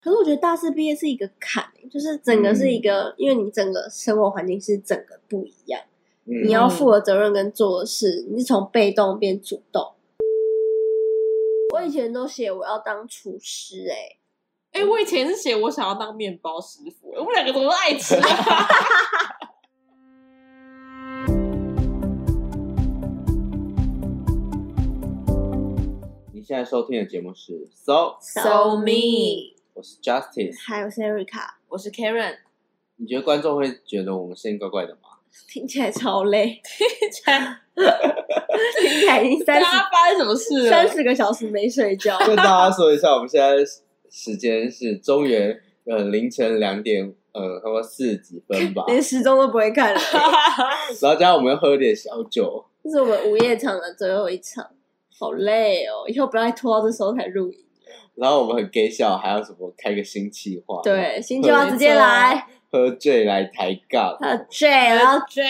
可是我觉得大四毕业是一个坎欸、就是整个嗯是一个，因为你整个生活环境是整个不一样，你嗯哦你要负的责任跟做的事，你是从被动变主动。我以前都写我要当厨师、欸，哎，哎、我以前是写我想要当面包师傅，哎我们两个怎么都爱吃、啊？ 你现在收听的节目是 So， So me 我是 Justice。还有 Serica，我是 Karen，你觉得观众会觉得我们声音怪怪的 吗？听起来超 累，大 听起来已经 三十家发生什么事三了？十个小时没睡觉，跟大家说一下，我们现在时间是中原呃凌晨两点呃差不多四十几分 吧，连时钟都不会看 了。然后加上我们喝点小酒，这是我们午夜场的最后一场，好累哦！以后不要再拖到这时候才录影。然后我们很 gay 笑，还有什么开个新企划，，对，新计划直接来，喝醉来抬杠，还有 J，然呃后 J，J，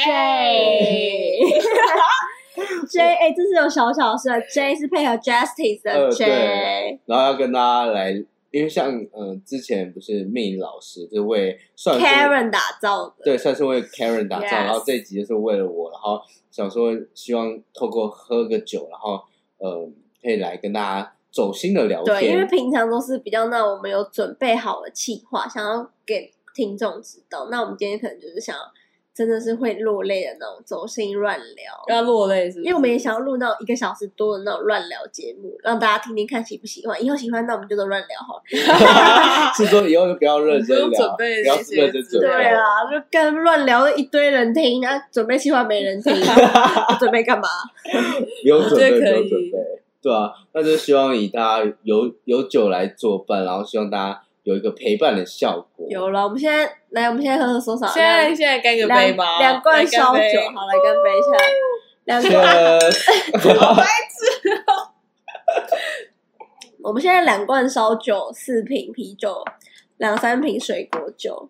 哎，这是有小小事的 J 是配合 Justice 的呃 J，对然后要跟大家来，因为像呃之前不是命老师就为算是 Karen 打造的，对，算是为 Karen 打造 Yes 然后这一集就是为了我，然后想说希望透过喝个酒，然后呃可以来跟大家走心的聊对，因为 天，平常都是比较那我们有准备好的企划，想要给听众知道。那我们今天可能就是想要真的是会落泪的那种走心乱聊，呃要落泪是不是？因为我们也想要录那种一个小时多的那种乱聊节目，让大家听听看喜不喜欢。以后喜欢，那我们就都乱聊好了。 是说以后就不要认不真用聊准，备不要这些认真资准料备对啊，就干乱聊一堆人听，那、准备计划没人听，准备干嘛？不用准备，我觉不得可以用准备，对啊，那就希望以大家有有酒来作伴，然后希望大家有一个陪伴的效果，有了，我们现在来，我们现在喝喝多少？现在现在干个两杯吧，两罐来干烧酒，杯好，来干杯一下。两罐啊 Cheers 我们现在两罐烧酒，四瓶啤酒，两三瓶水果酒，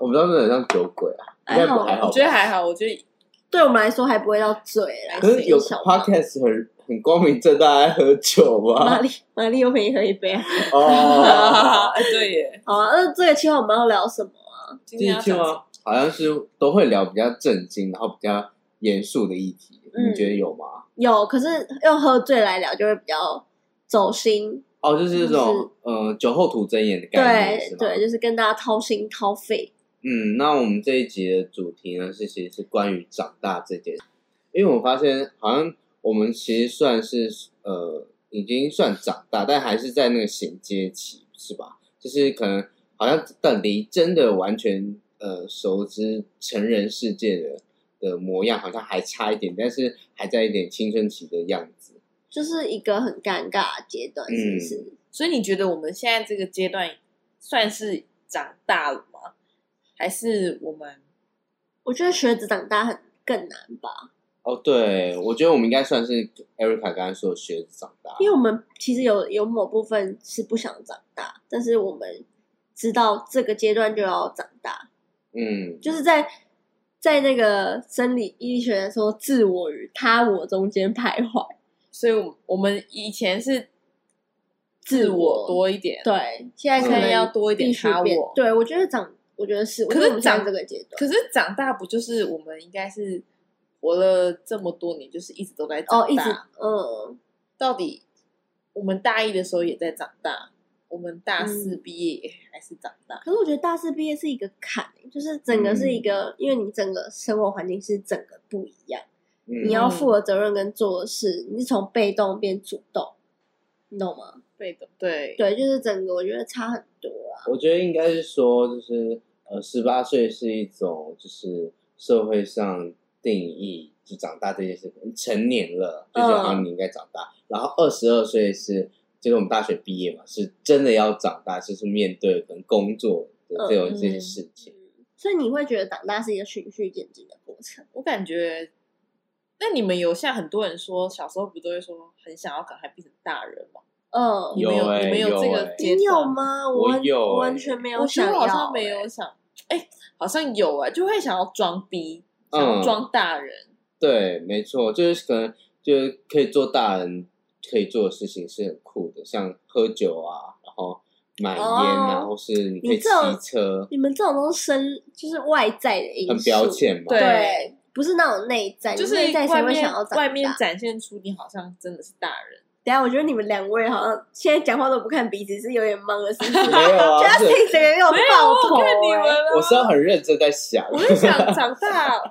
我们当时很像酒鬼啊，应该不还好还好我吧觉得还好，我觉得对我们来说还不会到醉啦。可是有小嘛 podcast 很很光明正大在喝酒玛 吧？丽，玛丽又陪你喝一杯啊。哦，哎对耶，好啊，那这个计划我们要聊什么？今第一要句讲什么吗？好像是都会聊比较震惊，然后比较严肃的议题，嗯你觉得有吗？有，可是用喝醉来聊就会比较走心，哦，就是这种呃酒后吐真言的概念，对是吗？对，就是跟大家掏心掏肺。嗯，那我们这一集的主题呢，是其实是关于长大这件事，因为我发现好像我们其实算是呃已经算长大，但还是在那个衔接期，是吧？就是可能好像等离真的完全呃熟知成人世界的的模样，好像还差一点，但是还在一点青春期的样子。就是一个很尴尬的阶段，是嗯不是？所以你觉得我们现在这个阶段算是长大了吗？还是我们我觉得学子长大很更难吧，哦，对，我觉得我们应该算是 Erica 刚才说的学子长大，因为我们其实有有某部分是不想长大，但是我们知道这个阶段就要长大，嗯，就是在在那个生理医学来说，自我与他我中间徘徊。所以我们我们以前是自自我我多一点，对，现在可现能在要多一点必须他变我对，我觉得长，我觉得是，我可是觉得我们现在长这个阶段。可是长大不就是我们应该是活了这么多年，就是一直都在长哦大。，一直嗯，到底我们大一的时候也在长大，我们大四嗯毕业也还是长大。可是我觉得大四毕业是一个坎欸、就是整个嗯是一个，因为你整个生活环境是整个不一样，你你嗯要负的责任跟做的事，你是从被动变主动，你懂吗？对的，对，对，就是整个我觉得差很多啊。我觉得应该是说，就是呃，十八岁是一种就是社会上定义就长大这件事，你成年了就觉得嗯好像你应该长大，然后二十二岁是就是我们大学毕业嘛，是真的要长大，就是面对可能工作的这种嗯这些事情。所以你会觉得长大是一个循序渐进的过程，我感觉。那你们有像很多人说，小时候不都会说很想要赶快变成大人吗？嗯，你们有有欸你们有这欸个阶你有段？吗？我完有欸完全没有我觉想得要、欸我好像没有想，哎、好像有哎、就会想要装逼，想要嗯装大人。对，没错，就是可能就是可以做大人可以做的事情是很酷的，像喝酒啊，然后买烟啊，哦或是你可以你骑这种车，你们这种都是生，就是外在的因素，很表浅嘛。对，对不是那种内在，就是你内在外才会面想要长大。外面展现出你好像真的是大人，等一下我觉得你们两位好像现在讲话都不看彼此，是有点懵了，是不是？没有啊， 不是 Justin 整个人有没有爆头、我看你们欸， 了，我是要很认真在想，我在想长大，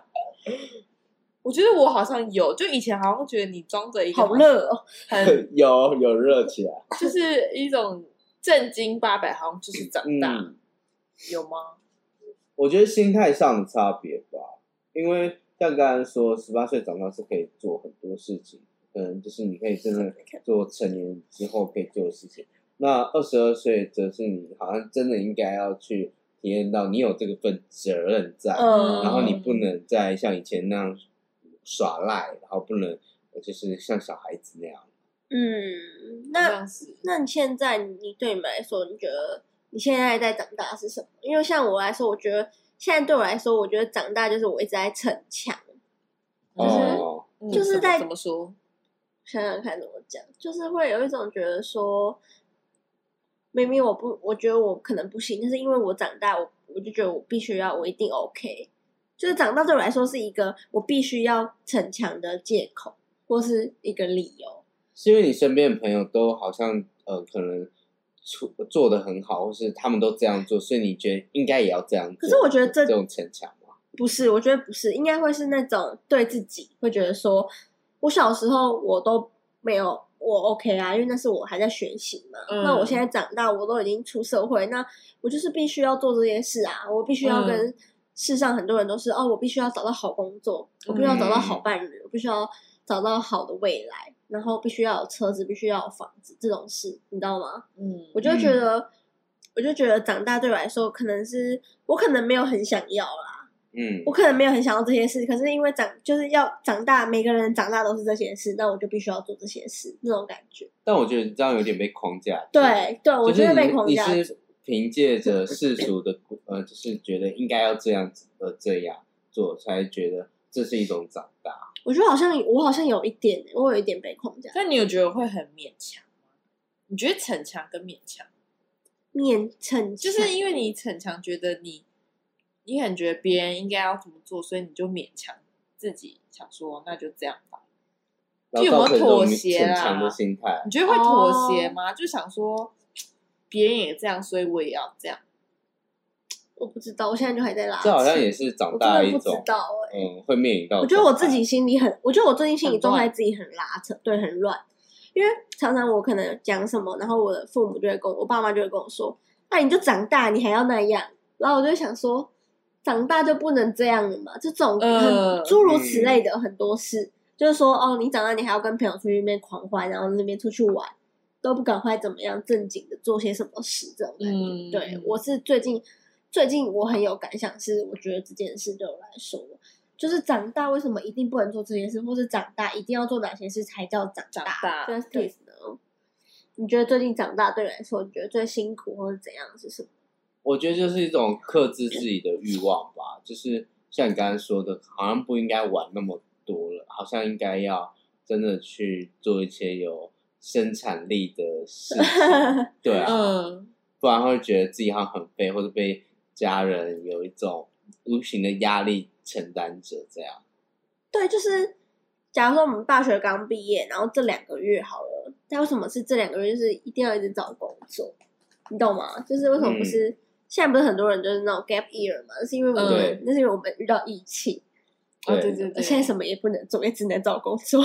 我觉得我好像有，就以前好像觉得你装着一个好热哦！很有有热起来，就是一种正经八百，好像就是长大，嗯。有吗？我觉得心态上的差别吧，因为像刚才说，十八岁长大是可以做很多事情，可能就是你可以真的做成年之后可以做的事情。那二十二岁则是你好像真的应该要去体验到你有这个份责任在，嗯然后你不能再像以前那样耍赖，然后不能呃就是像小孩子那样。嗯，好那像是那你现在你对你们来说，你觉得你现在在长大是什么？因为像我来说，我觉得现在对我来说，我觉得长大就是我一直在逞强。就是哦，嗯就是怎么在怎么说，想想看怎么讲，就是会有一种觉得说，明明我不，我觉得我可能不行，但是因为我长大，我我就觉得我必须要，我一定 OK。就是长大对我来说是一个我必须要逞强的借口，或是一个理由。是因为你身边的朋友都好像呃，可能出做的很好，或是他们都这样做，所以你觉得应该也要这样做。可是我觉得这这种逞强嘛，不是，我觉得不是，应该会是那种对自己会觉得说，我小时候我都没有我 OK 啊，因为那是我还在学习嘛。嗯那我现在长大，我都已经出社会，那我就是必须要做这些事啊，我必须要嗯跟世上很多人都是、哦，我必须要找到好工作，我必须要找到嗯好伴侣，我必须要找到好的未来，然后必须要有车子，必须要有房子这种事，你知道吗？嗯，我就觉得，我就觉得长大对我来说，可能是我可能没有很想要啊啦。嗯我可能没有很想要这些事，可是因为长就是要长大，每个人长大都是这些事，那我就必须要做这些事，那种感觉。但我觉得你这样有点被框架住。对对，我就觉嗯是得你被框架你是凭借着世俗的呃，就是觉得应该要这样子而这样做，才觉得这是一种长大。我觉得好像我好像有一点，欸我有一点被框架，但你有觉得会很勉强吗？你觉得逞强跟勉强，面逞强就是因为你逞强，觉得你你很觉得别人应该要怎么做，所以你就勉强自己想说那就这样吧。然就有后造成一没有种妥协逞啊强的心态，你觉得会妥协吗？就想说别人也这样，所以我也要这样。我不知道，我现在就还在拉扯，这好像也是长我大真一的不知种，道哎、嗯，会面临到的我状态。觉得我自己心里很，我觉得我最近心理状态很乱自己很拉扯，对，很乱。因为常常我可能讲什么，然后我的父母就会跟我，我爸妈就会跟我说：“那、你就长大，你还要那样。”然后我就想说，长大就不能这样了嘛？这种呃很诸如此类的很多事，就是说哦，你长大你还要跟朋友出去那边狂欢，然后那边出去玩，都不赶快怎么样正经的做些什么事，这种感觉。嗯对我是最近最近我很有感想，是我觉得这件事对我来说，就是长大为什么一定不能做这件事，或是长大一定要做哪些事才叫长长大这是对 case 呢？你觉得最近长大对你来说，你觉得最辛苦或者怎样是什么？我觉得就是一种克制自己的欲望吧，就是像你刚刚说的，好像不应该玩那么多了，好像应该要真的去做一些有生产力的事 情，对啊，嗯，不然会觉得自己好像很废，或者被家人有一种无形的压力承担着这样。对，就是假如说我们大学刚毕业，然后这两个月好了，但为什么是这两个月就是一定要一直找工作？你懂吗？就是为什嗯么不是、现在不是很多人就是那种 gap year 嘛？那是因为我们、对那是因为我们遇到疫情，哦对对嗯对对，现在什么也不能做，也只能找工作，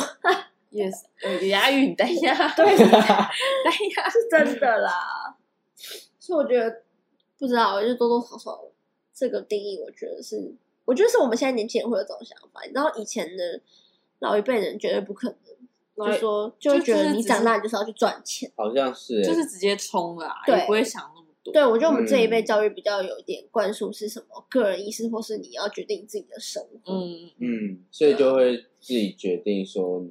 也是呃押韵，等一下，对 等一 下，是真的啦。所以我觉得不知道，就多多少少这个定义，我觉得是，我觉得是我们现在年轻人会有这种想法。你知道以前的老一辈人绝对不可能，就对说就会就觉就得是你只长是大就是要去赚钱。好像是、欸，就是直接冲了啊，对也不会想那么多。对，我觉得我们这一辈嗯教育比较有一点灌输是什么个人意识，或是你要决定自己的生活。嗯，嗯，所以就会自己决定说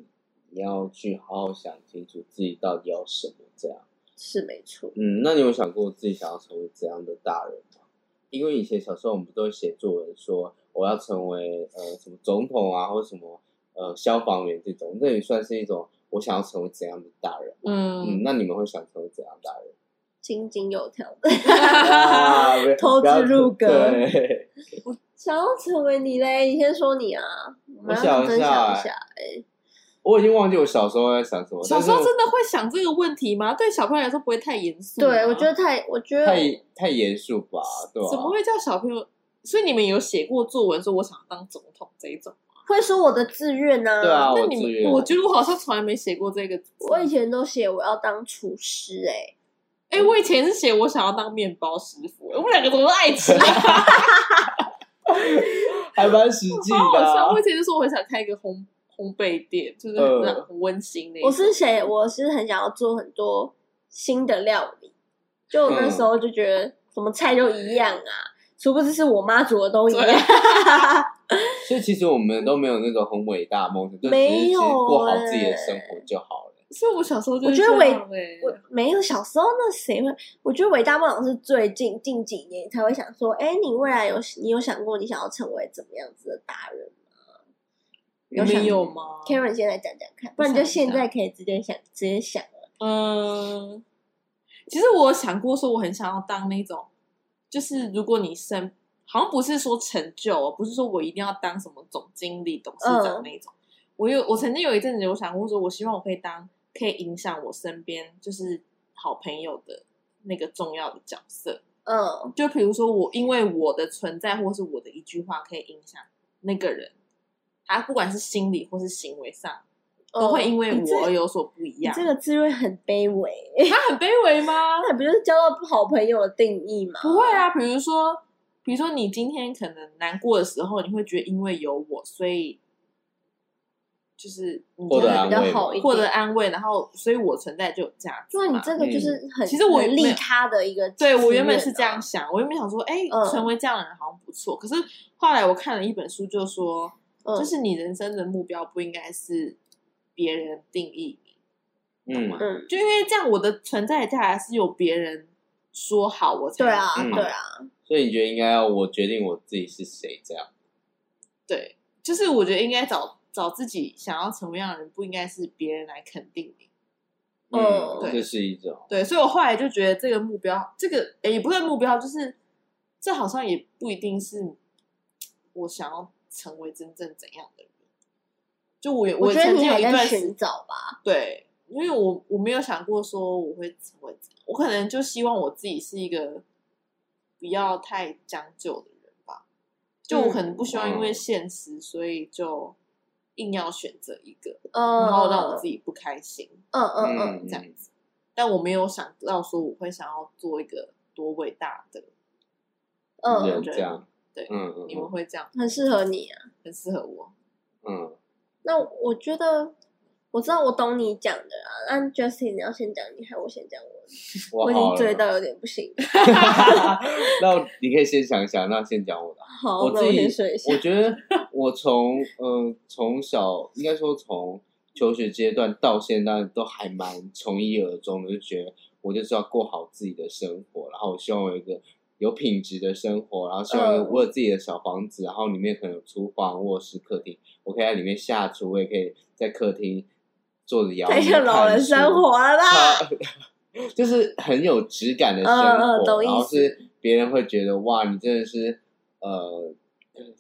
你要去好好想清楚自己到底要什么这样。是没错。嗯，那你有想过自己想要成为怎样的大人吗？因为以前小时候我们不都会写作文说我要成为呃什么总统啊，或者什么呃消防员这种，那也算是一种我想要成为怎样的大人。嗯嗯，那你们会想成为怎样的大人？井井有条的， 啊不要投资不要入阁对，想要成为你嘞？你先说你啊，我们我要想一分享下一欸下。我已经忘记我小时候在想什么，小时候但是真的会想这个问题吗？对小朋友来说不会太严肃吗。对，我觉得太，我觉得太太严肃吧，对吧、啊怎么会叫小朋友？所以你们有写过作文说我想当总统这一种？会说我的志愿呢、对啊，那我你自们，愿，我觉得我好像从来没写过这个字。我以前都写我要当厨师、欸，哎、我以前是写我想要当面包师傅，嗯我们两个怎么都 爱吃啊？还蛮实际好好的啊、笑！我以前就说我很想开一个烘烘焙店，就是嗯很那种很温馨的。我是写我是很想要做很多新的料理，就我那嗯时候就觉得什么菜都一样啊，殊不知是我妈煮的都一样， 所以其实我们都没有那种很伟大的梦想，就只是没有只是过好欸自己的生活就好了。所以我小时候就我觉得是伟这样欸我没有小时候那谁会？我觉得伟大梦想是最近近几年才会想说，哎，你未来有你有想过你想要成为怎么样子的大人吗你有想们有吗？ ？Karen 先来讲讲看，不然你就我想一现下在可以直接想直接想了。嗯，其实我有想过，说我很想要当那种，就是如果你生，好像不是说成就哦，不是说我一定要当什么总经理、董事长嗯那种。我有，我曾经有一阵子有想过，说我希望我可以当可以影响我身边就是好朋友的那个重要的角色。嗯就比如说我，因为我的存在或是我的一句话，可以影响那个人，他不管是心理或是行为上，嗯，都会因为你这我而有所不一你样。这个滋润很卑微，他很卑微吗？那不就是交到好朋友的定义吗？不会啊，比如说，比如说你今天可能难过的时候，你会觉得因为有我，所以就是你获可得能安比慰较嘛好一点。获得安慰，然后所以我存在就有价值嘛。对，你这个就是很其实我很没利有他的一个词源对啊。我原本是这样想，我原本想说，哎、嗯成为这样的人好像不错。可是后来我看了一本书，就说，嗯，就是你人生的目标不应该是别人定义你，嗯，嗯，就因为这样我的存在价值是有别人说好我才对啊，嗯对啊，所以你觉得应该要我决定我自己是谁这样？对，就是我觉得应该找找自己想要成为样的人，不应该是别人来肯定你。嗯嗯，这是一种对，所以我后来就觉得这个目标，这个诶也不算目标，就是这好像也不一定是我想要成为真正怎样的人。就我也，我我觉得曾你经有还一在段时寻找吧。对，因为我我没有想过说我会成为怎样，我可能就希望我自己是一个不要太将就的人吧。就我可能不希望因为嗯现实，所以就硬要选择一个，嗯，然后让我自己不开心嗯嗯嗯，嗯这样子。但我没有想到说我会想要做一个多伟大的，嗯人嗯，这样。对嗯嗯你们嗯会这样，很适合你啊。很适合我。嗯，那我觉得。我知道我懂你讲的啊，那 Justin 你要先讲你，还我先讲我，我我已好经了追到有点不行。那你可以先想一想，那先讲我的。好，我那我自己先睡一下我。觉得我从嗯从小应该说从求学阶段到现在都还蛮从一而终的，就觉得我就是要过好自己的生活，然后我希望我有一个有品质的生活，然后希望嗯我有自己的小房子，然后里面可能有厨房、卧室、客厅，我可以在里面下厨，我也可以在客厅坐着摇椅太像老人看书生活了吧？超 就是很有质感的生活，啊嗯嗯懂意然后思是别人会觉得哇，你真的是呃，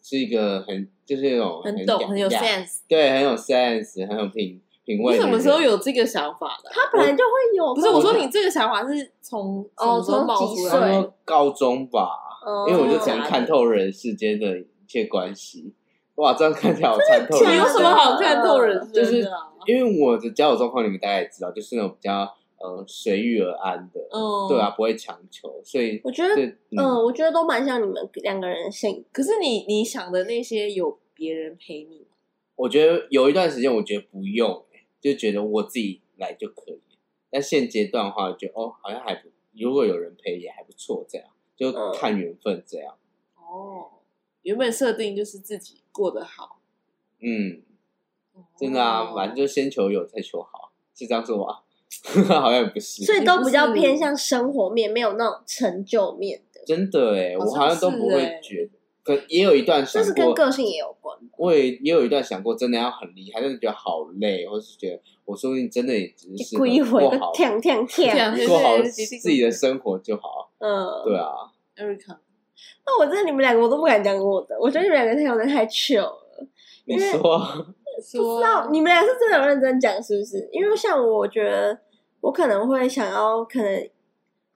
是一个很就是那种很懂，很有雅 sense。对，很有 sense，很有品品味。你什么时候？有这个想法的啊？他本来就会有吧。不是我说你这个想法是从什哦么时候从冒几出来差的？不多高中吧，哦，因为我就真想的假的看透人世间的一切关系。哇，这样看起来好参透假人的有世什么好看透人生的啊？就是因为我的交友状况，你们大概也知道，就是那种比较呃随遇而安的，嗯，对啊，。不会强求，所以我觉得对，嗯，我觉得都蛮像你们两个人的性格。可是你你想的那些有别人陪你吗，我觉得有一段时间，我觉得不用、欸就觉得我自己来就可以。但现阶段的话，我觉得哦，好像还不，如果有人陪也还不错，这样就嗯看缘分这样。哦，原本设定就是自己过得好，嗯，真的啊，哦反正就先求有，再求好，是这样说吧？ 好像也不是，所以都比较也不是偏向生活面，没有那种成就面的。真的哎、好像我好像都不是会欸觉得。可也有一段想这是跟过，个性也有关。我也也有一段想过，真的要很厉害，但是觉得好累，或是觉得我说不定真的也只是故意回过个好跳跳这跳，样就是过 好就是自己的生活就好。嗯，对啊， Erica，那我真的你们两个我都不敢讲我的，我觉得你们两个太有点太 chill 了。你因为说不说知啊道你们俩是真的有认真讲是不是？因为像我，我觉得我可能会想要，可能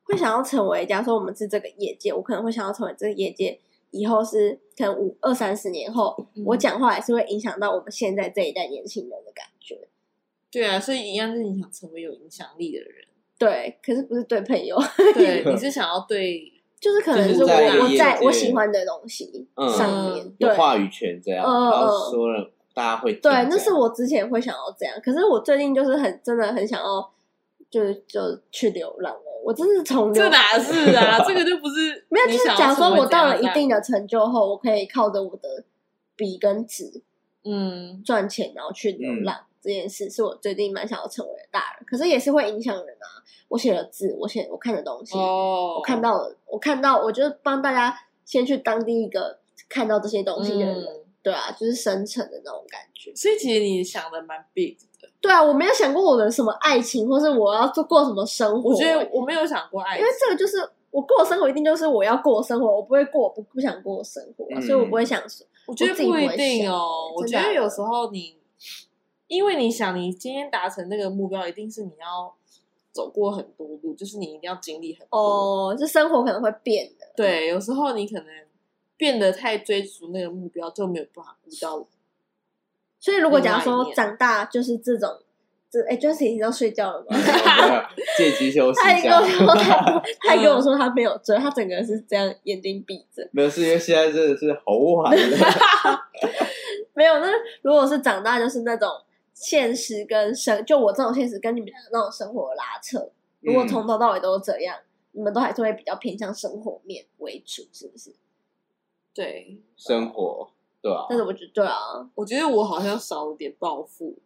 会想要成为，假如说我们是这个业界，我可能会想要成为这个业界，以后是可能五二三十年后，嗯我讲话还是会影响到我们现在这一代年轻人的感觉。对啊，所以一样是你想成为有影响力的 人，对，可是不是对朋友，对，你是想要对就是可能就是是我在我业在我界喜欢的东西嗯上面，有对。话语权这样，嗯然嗯后说了大家会听对这，样那是我之前会想要这样，可是我最近就是很真的很想要，就是就去流浪了。我真是从流这哪 是啊？这个就不是没有，就你是想假要如说成为我怎到样了一的定人的成就后，我可以靠着我的笔跟纸嗯，赚钱，然后去流浪、这件事，是我最近蛮想要成为的大人。可是也是会影响人啊。我写的字，我写我看的东西，哦，我看到了，我看到，我就是帮大家先去当第一个看到这些东西的人，嗯对啊，就是深层的那种感觉。所以其实你想的蛮 big 的，对啊，我没有想过我的什么爱情，或是我要做过什么生活。我觉得我没有想过爱因情为，这个就是我过的生活，一定就是我要过的生活，我不会过我不不想过的生活啊、嗯所以我不会想说。我觉得自己不一会定想哦，我真觉的得啊有时候你，因为你想你今天达成那个目标，一定是你要走过很多路，就是你一定要经历很多。哦，就生活可能会变的，对，有时候你可能变得太追逐那个目标，就没有办法遇 到。所以如果假如另外一说面长大就是这种，这哎 j u s t i n 已经要睡觉了吗？借机休 息他还一哎跟我说下。他，他还跟嗯我说他没有追，他整个人是这样眼睛闭着。没有，是因为现在真的是好晚了。没有，那如果是长大，就是那种现实跟生，就我这种现实跟你们两个那种生活拉扯。 如嗯嗯果从头到尾都这样，你们都还是会比较偏向生活面为主，是不是？对，生活，对吧、但是我觉得对啊，我觉得我好像少了点抱负，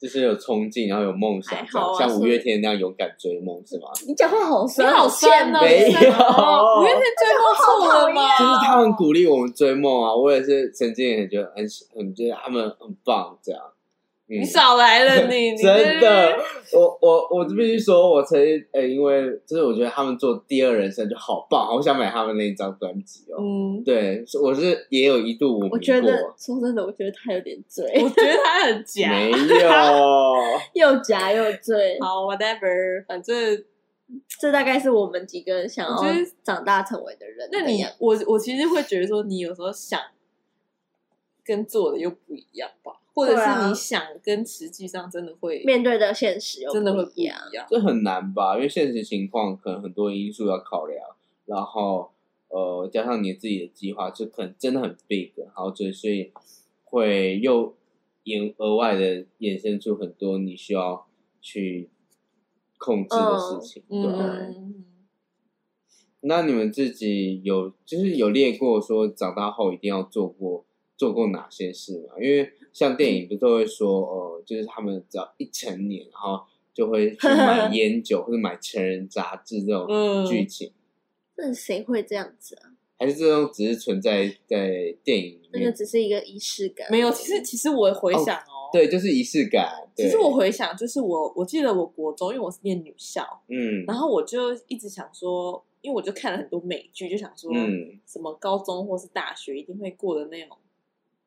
就是有冲劲，然后有梦想还，这样好啊啊像五月天那样勇敢追梦，是吗？你讲话好你酸，好欠酸哦，没你你算有哦五月天追梦错了吗？就是他们鼓励我们追梦啊！我也是曾经也觉得很很觉得他们很棒，这样。嗯你少来了你， 你真的，我我我必须说，我曾经呃、因为就是我觉得他们做第二人生就好棒，好想买他们那一张专辑哦。嗯，对，是我是也有一度无名我觉得过说真的，我觉得他有点我醉， 觉得他很假。 没有。又夹又醉。好，whatever，反正这大概是我们几个想要我觉得长大成为的人的那样子。你我我其实会觉得说，你有时候想跟做的又不一样吧，或者对啊是你想跟实际上真的会面对的现实又真的会不一样。样。这很难吧？因为现实情况可能很多因素要考量，然后呃加上你自己的计划，就可能真的很 big，然后所以所以会又衍额外的衍生出很多你需要去控制的事情，对吧、嗯，那你们自己有就是有列过说长大后一定要做过做过哪些事吗？因为像电影不都会说，呃，就是他们只要一成年，然后就会 去买烟酒或者买成人杂志这种嗯剧情，那谁会这样子啊？还是这种只是存在在电影里那就面？只是一个仪式感。没有。其实其实我回想哦，，对，就是仪式感。对其实我回想就是我我记得我国中，因为我是念女校，嗯然后我就一直想说，因为我就看了很多美剧，就想说，嗯什么高中或是大学一定会过的那种，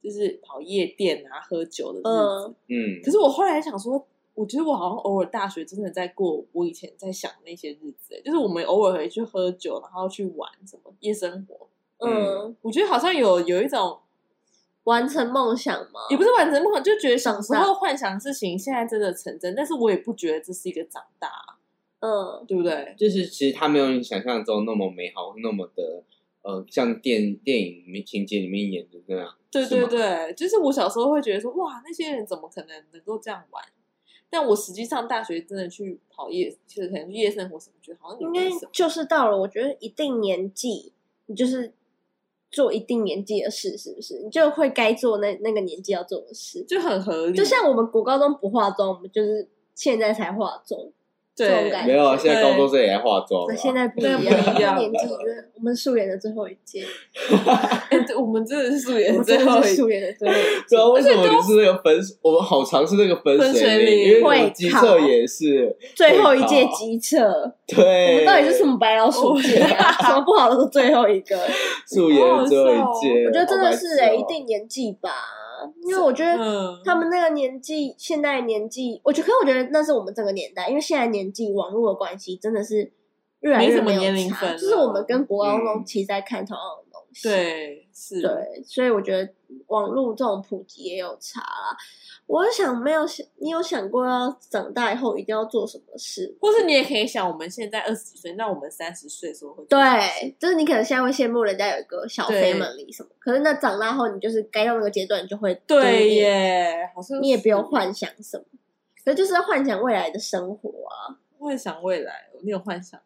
就是跑夜店啊、喝酒的日子。嗯嗯可是我后来想说，我觉得我好像偶尔大学真的在过我以前在想的那些日子，欸就是我们偶尔会去喝酒，然后去玩什么夜生活。嗯，我觉得好像有有一种，完成梦想吗？也不是完成梦想，就觉得小时长大候幻想的事情现在真的成真，但是我也不觉得这是一个长大，嗯，对不对？就是其实它没有你想象中那么美好，那么的呃，像电电影里面情节里面演的那样。对是吗对对，就是我小时候会觉得说，哇，那些人怎么可能能够这样玩？但我实际上大学真的去跑夜，就是可能去夜生活什么，觉得好像也应没该什么。就是到了我觉得一定年纪，你就是做一定年纪的事，是不是？你就会该做那那个年纪要做的事。就很合理，就像我们国高中不化妆，我们就是现在才化妆，这种对，感觉没有啊，现在高中生也在化妆那啊，现在不一样，对不一样年纪就是我们素颜的最后一届，哎，对 我们真的是素我颜们最真后的一是素颜的最后一不知届。啊道为什么你是那个分，我们好尝试那个分分水水岭岭，因为我会们机测也是，最后一届机测，我对，们到底是什么白老鼠届啊？ 什么不好的是最后一个？素颜的最后一届？哦我觉得真的是哎、好白痴哦一定年纪吧，因为我觉得 嗯，他们那个年纪，现在年纪，我觉得，可是我觉得那是我们这个年代，因为现在年纪网络的关系真的是越来没越什么没有年龄差分了就是我们跟国高中嗯其实在看同样的东西，对是，对，所以我觉得网络这种普及也有差啦。我想没有想，你有想过要长大以后一定要做什么事？或是你也可以想，我们现在二十几岁，那我们三十岁的时候会做什么事对，就是你可能现在会羡慕人家有一个小对 family 什么，可是那长大后你就是该到那个阶段，你就会对，耶，好像你也不用是幻想什么，可是就是要幻想未来的生活啊。幻想未来，你有幻想？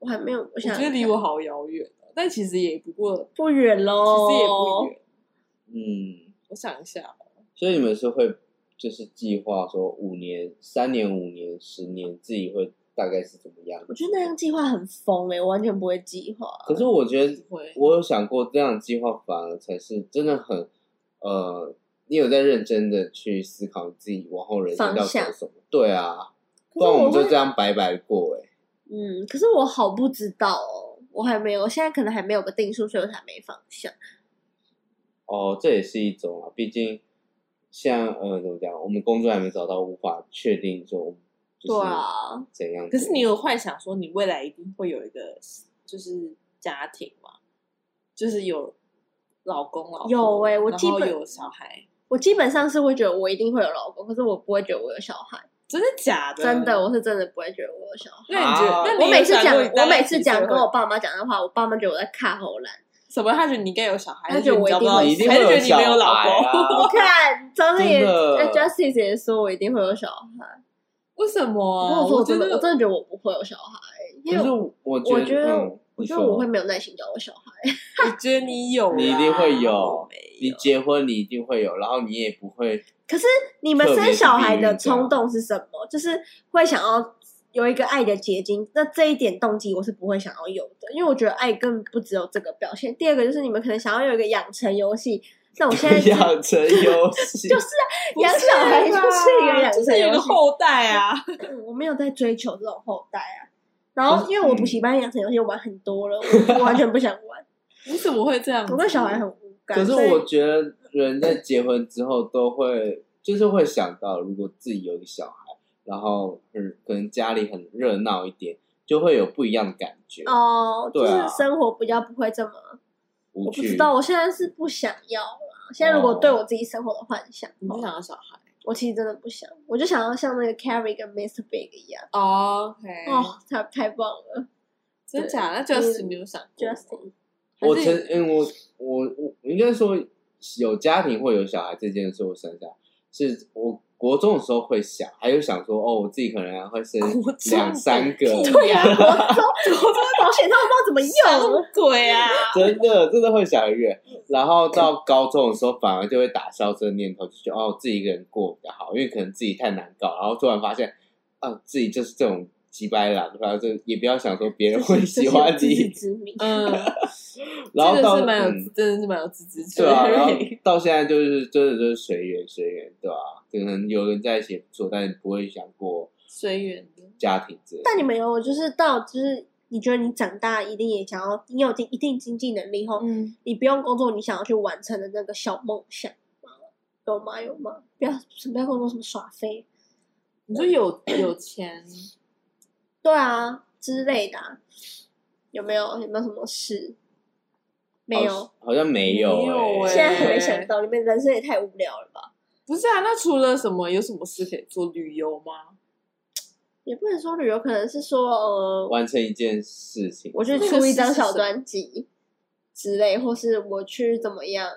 我还没有，我我想觉得离我好遥远哦，但其实也不过，不远喽，其实也不。远。嗯，我想一下，所以你们是会就是计划说五年、三年、五年、十年自己会大概是怎么样？我觉得那样计划很疯哎、我完全不会计划。可是我觉得不会我有想过这样的计划，反而才是真的很呃，你有在认真的去思考你自己往后人生要方走向什么？对啊，可不是然我我们就会这样白白过哎、欸。嗯，可是我好不知道哦，我还没有，我现在可能还没有个定数，所以我才没方向。哦，这也是一种啊，毕竟像呃怎么讲，我们工作还没找到，无法确定说就是对啊，怎样。可是你有幻想说你未来一定会有一个就是家庭吗？就是有老公老婆有欸我然基后本有小孩，我基本上是会觉得我一定会有老公，可是我不会觉得我有小孩。真的假的？真的，。我是真的不会觉得我有小孩。那你觉啊得？那你我有每次想讲，过你大我概每几次岁讲会跟我爸妈讲的话，我爸妈觉得我在卡喉兰。什么？他觉得你应该有小孩，他觉得我还是你找不到一你一定还会是觉得你小没有老孩公？ 我啊， 看张丽也真的呃，Justice 也说我一定会有小孩。为什么我啊？跟我说，我觉真的，得我真的觉得我不会有小孩，因可为是我我我觉觉得嗯我你觉得说我会没有耐心教我小孩。我觉得你有啦，啊你一定会有我没你结婚你一定会有，然后你也不会可是你们特别生是小孩避孕的的冲动是什么？就是会想要有一个爱的结晶。那这一点动机我是不会想要有的，因为我觉得爱根本不只有这个表现。第二个就是你们可能想要有一个养成游戏，那我现在就 养成游 戏，就是不是养小孩啦就是一个养就是有成游个戏后代啊。 我没有在追求这种后代啊。然可后是嗯因为我补习班养成游戏我玩很多了，我我完全不想 玩，你怎么会这样子？我对小孩很无感。可是所以我觉得人在结婚之后都会，就是会想到，如果自己有一个小孩，然后嗯，可能家里很热闹一点，就会有不一样的感觉，哦，就对是啊生活比较不会这么，无我趣。哦不知道，我现在是不想要啦。现在如果对我自己生活的幻想，你不哦想要小孩我其实真的不想，我就想要像那个 Carrie 跟 Mr. Big 一样， ？OK，嗯哦，太太棒了真假？那 Justin 没有想过，Justin。我还曾是嗯，我我我应该说有家庭或有小孩这件事，我想想，是我国中的时候会想，还有想说哦，我自己可能会生国中两三个，对呀、呀啊，我中我中保险套我不知道怎么用，鬼啊！ 真的真的会想一个，然后到高中的时候反而就会打消这个念头，就觉得哦自己一个人过比较好，因为可能自己太难搞，然后突然发现啊自己就是这种鸡掰狼，然后就也不要想说别人会喜欢自知你， 之明。嗯，然后真到的是蛮有，嗯真的是蛮有自知之对啊，然后明。 到现在就是真的就是随缘随缘，对吧、可能有人在一起也不错，但是不会想过随缘的，家庭之类的。但你们有就是到就是你觉得你长大一定也想要，你有经一定经济能力后，嗯，你不用工作，你想要去完成的那个小梦想吗有吗？有吗？不要不要跟我说什么耍飞，你说有有钱，对啊之类的啊、有没有有没有什么事？没有，哦好，好像没有没有欸现在还没想到，你们人生也太无聊了吧？不是啊？那除了什么，有什么事可以做？旅游吗？也不能说旅游，可能是说呃，完成一件事情，我去那个出一是张是小什么专辑之类，或是我去怎么样，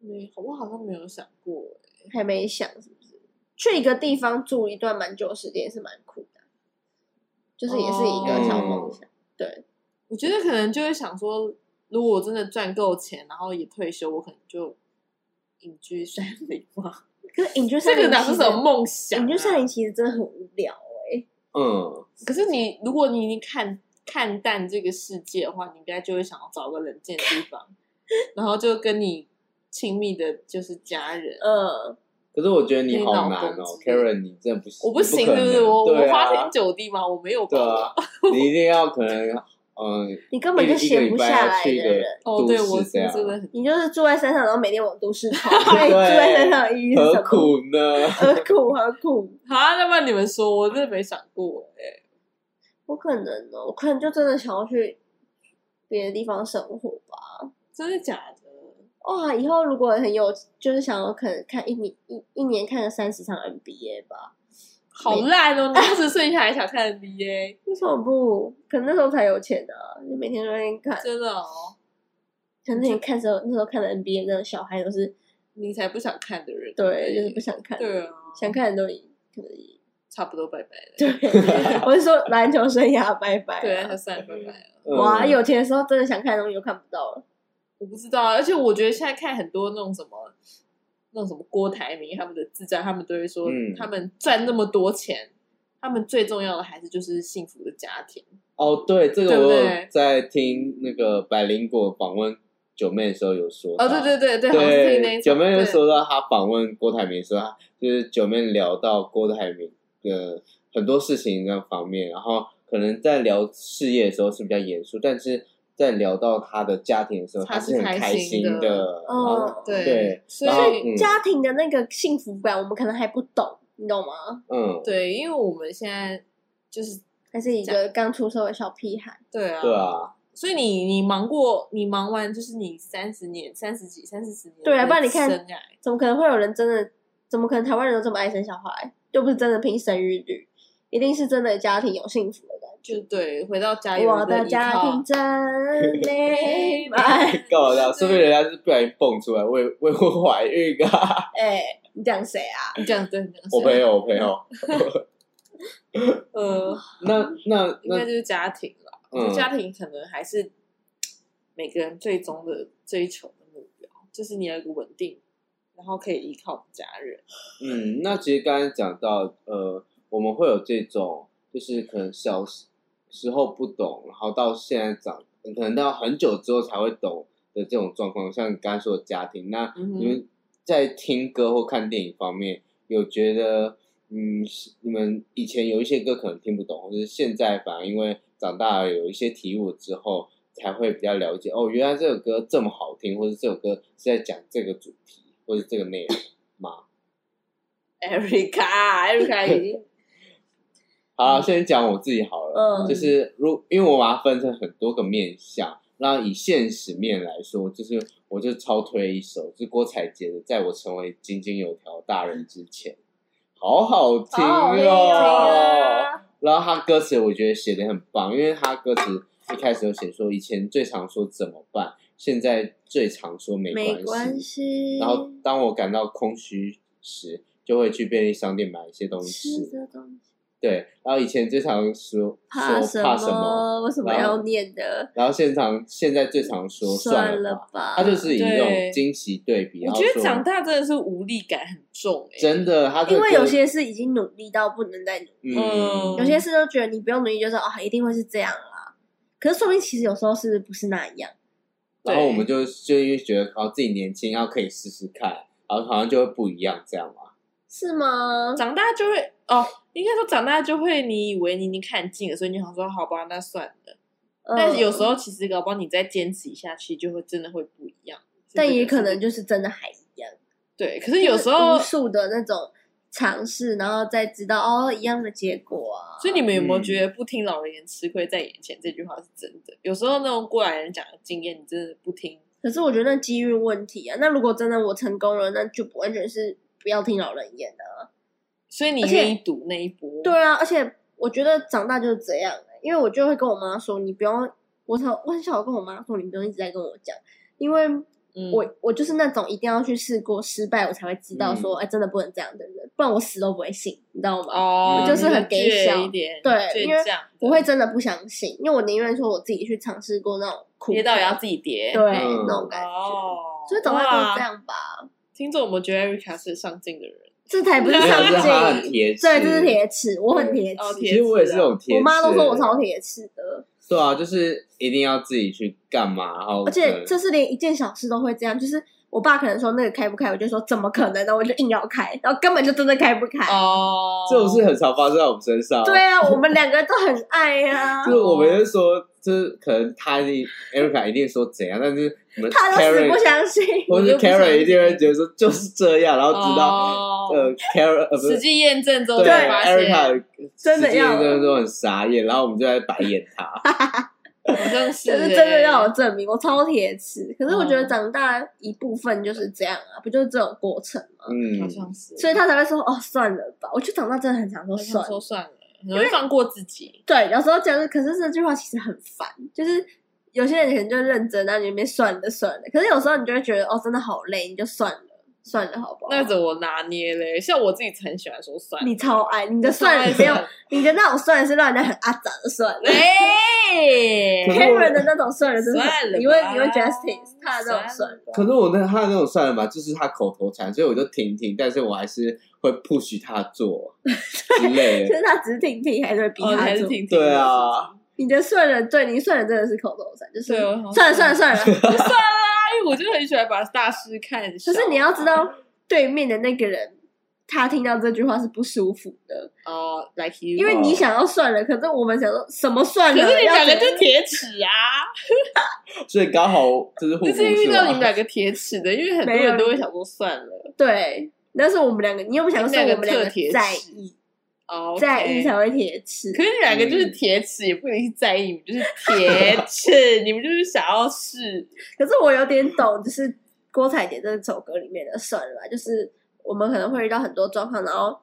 没，我好像没有想过欸。还没想是不是？去一个地方住一段蛮久的时间也是蛮酷的，啊就是也是一个小哦梦想。对，我觉得可能就会想说，如果我真的赚够钱，然后也退休，我可能就隐居山林嘛。可是隐居这山个林哪是其什实么梦想、隐居山啊？林其实真的很无聊哎、嗯，可是你，如果你你看看淡这个世界的话，你应该就会想要找个冷静的地方，然后就跟你亲密的就是家人。呃，可是我觉得你你好老难哦公之类的，Karen，你真的不行，我不行，可对能不对？我对我花天啊，酒地嘛，我没有对吧？啊， 你一定要可能，嗯，你根本一就一个闲礼不拜下要来去一的个人。哦，对，都我市这是真的样，很你就是住在山上，然后每天往都市 跑，所以住在山上的意义是什何么？苦呢？何苦何苦？好啊。那么你们说，我真的没想过哎、不可能哦，我可能就真的想要去别的地方生活吧。真的假的？哇，以后如果很有，就是想要可能看一年一一年看个三十场 NBA 吧？好烂哦！你二十岁你还想看 NBA，为什么不？可能那时候才有钱啊，你每天都在那边看。真的哦，可能你看时候那时候看的 NBA 那个小孩都是你才不想看的人。对，就是不想看，对啊，想看的都已可能已差不多拜拜了。对， 我是说篮球生涯拜拜、对啊，啊他。算拜拜了。哇，嗯有钱的时候真的想看的东西又看不到了。我不知道啊，而且我觉得现在看很多那种什么。那种什么郭台铭他们的自传，他们都会说，嗯他们赚那么多钱，他们最重要的还是就是幸福的家庭。哦，对，这对个不我对有在听那个百灵果访问九妹的时候有说到，哦，对对对对，好像是那一啊对，种九妹就对说到她访问郭台铭的时候，她就是九妹聊到郭台铭的很多事情那方面，然后可能在聊事业的时候是比较严肃，但是在聊到她的家庭的时候，她她是是很开心心的的。然后嗯，对对所然后以嗯家庭的那个幸福感，我们可能还不懂，你懂吗？嗯，对，因为我们现在就是还是一个刚出社会小屁孩。对啊，对啊，所以你你忙过，你忙完就是你三十年、三十几、三四十年的生涯，对啊不然你看怎么可能会有人真的？怎么可能台湾人都这么爱生小孩？又不是真的拼生育率，一定是真的家庭有幸福的感就对，回到家觉。有我人的依家靠啊庭 真美哎满。嗯告诉大家，说不定人家是不小心蹦出来为为我怀孕 啊！哎、你讲谁啊？你讲对，你讲我朋，友，我朋友，呃，那那应该那就是家庭了。嗯就家庭可能还是每个人最终的追求的目标，就是你有一个稳定，然后可以依靠的家人。嗯，那其实刚才讲到，呃，我们会有这种，就是可能小时时候不懂，然后到现在长，可能到很久之后才会懂的这种状况。像你刚才说的家庭，那嗯哼你们在听歌或看电影方面，有觉得，嗯，是你们以前有一些歌可能听不懂，或者是现在反而因为长大了有一些体悟之后，才会比较了解，哦，原来这首歌这么好听，或者这首歌是在讲这个主题，或者这个内容吗？ Erica，Erica 已 经好啊，先讲我自己好了，嗯就是如因为我把它分成很多个面向，那以现实面来说，就是我就超推一首，就是郭采洁的《在我成为井井有条大人之前》，好好听好好听哦。啊！然后他歌词我觉得写的很棒，因为他歌词一开始有写说，以前最常说怎么办，现在最常说没没关系。然后当我感到空虚时，就会去便利商店买一些东西吃这东西对，然后以前最常说怕说什怕什么，么？为什么然后要念的？然后现场现在最常说算了了吧，啊他就是以一对种惊喜对比，我然后觉得说长大真的是无力感很重、欸，真的，他这因为个有些事已经努力到不能再努力，嗯有些事都觉得你不用努力，就是哦，一定会是这样啦。可是说明其实有时候是不是那样？然后对我们就就因为觉得哦自己年轻，然后可以试试看，然后好像就会不一样这样嘛。是吗？长大就会哦，应该说长大就会，你以为你已经看尽了，所以你想说好吧，那算了。但是有时候，候其实搞不好你再坚持一下，其实就会真的会不一样。但也这个可是能就是真的还一样。对，可是有时候无，数的那种尝试，然后再知道哦一样的结果啊。所以你们有没有嗯觉得“不听老人言，吃亏在眼前”这句话是真的？有时候那种过来人讲的经验，你真的不听，可是我觉得那机遇问题啊，那如果真的我成功了，那就完全是不要听老人言的、所以你而且愿意赌那一波。对啊，而且我觉得长大就是这样、欸，因为我就会跟我妈说，你不用，我很我很少跟我妈说，你不用一直在跟我讲，因为嗯，我、我就是那种一定要去试过失败，我才会知道说，嗯哎、真的不能这样的人，不然我死都不会信，你知道吗？哦，我就是很你给倔小一点，对因为倔强的，我会真的不相信，因为我宁愿说我自己去尝试过那种苦，跌倒也要自己跌。对、嗯那种感觉。哦，所以长大就是哇这样吧。听众，我们觉得 Erica 是上进的人，这才不是没有上是他很进，铁齿，对，这是铁齿，我很铁哦齿，其实我也是有铁齿，我妈都说我超铁齿的，对啊，就是一定要自己去干嘛，然后而且嗯这是连一件小事都会这样，就是我爸可能说那个开不开，我就说怎么可能呢，我就硬要开，然后根本就真的开不开。哦，这种事很常发生在我们身上。对啊，我们两个都很爱啊呀、 就是我们就说，就是可能他一定 Erica 一定说怎样，但是我们他都死 Karen 不相信。或我就是不相信 Karen 一定会觉得说就是这样，然后直到、哦呃 Karen 呃不实是际验证之后对才发现， Erica 真的要了真的都很傻眼，然后我们就在白眼他。好像是就嗯是欸真的要有证明，我超铁齿。可是我觉得长大一部分就是这样啊，不就是这种过程吗？好嗯，像是，所以他才会说哦，算了吧。我觉得长大真的很常说我想算了说，算了，很容易放过自己，对，有时候讲，可是这句话其实很烦，就是有些人可能就认真，然后你那边算了算了，可是有时候你就会觉得哦，真的好累，你就算了算了，好不好？那怎么拿捏嘞？像我自己很喜欢说算了，你超爱你的算算了，了不算用了 你的那种算了是让人家很阿杂的算了。哎， Karen 的那种算了，真的算了吧很，你问你问 Justin 他的那种算算了了，可是我那他的那种算了吧，就是他口头禅，所以我就听听，但是我还是会 push 他做之类 就的。是他只是听听还是会逼哦，他还是做。挺对，啊，你的算了，对你算了真的是口头禅，就是对哦我好算了算了算了。挺算了啊，因为我就很喜欢把大师看小可啊。是你要知道，对面的那个人他听到这句话是不舒服的，哦，like you，因为你想要算了，可是我们想说什么算可了？是你们要两怎个样就铁齿啊，所以刚好就是互补就是遇是到你们吧？两个铁齿的，因为很多没有人都会想说算了，对，但是我们两个，你又不想说我们两特个铁齿在意，哦，在意才会铁齿。可是你们两个嗯就是铁齿，也不一定在意，你们就 是铁齿，你们就是想要试。可是我有点懂，就是郭采洁这首歌里面的算了吧，就是我们可能会遇到很多状况，然后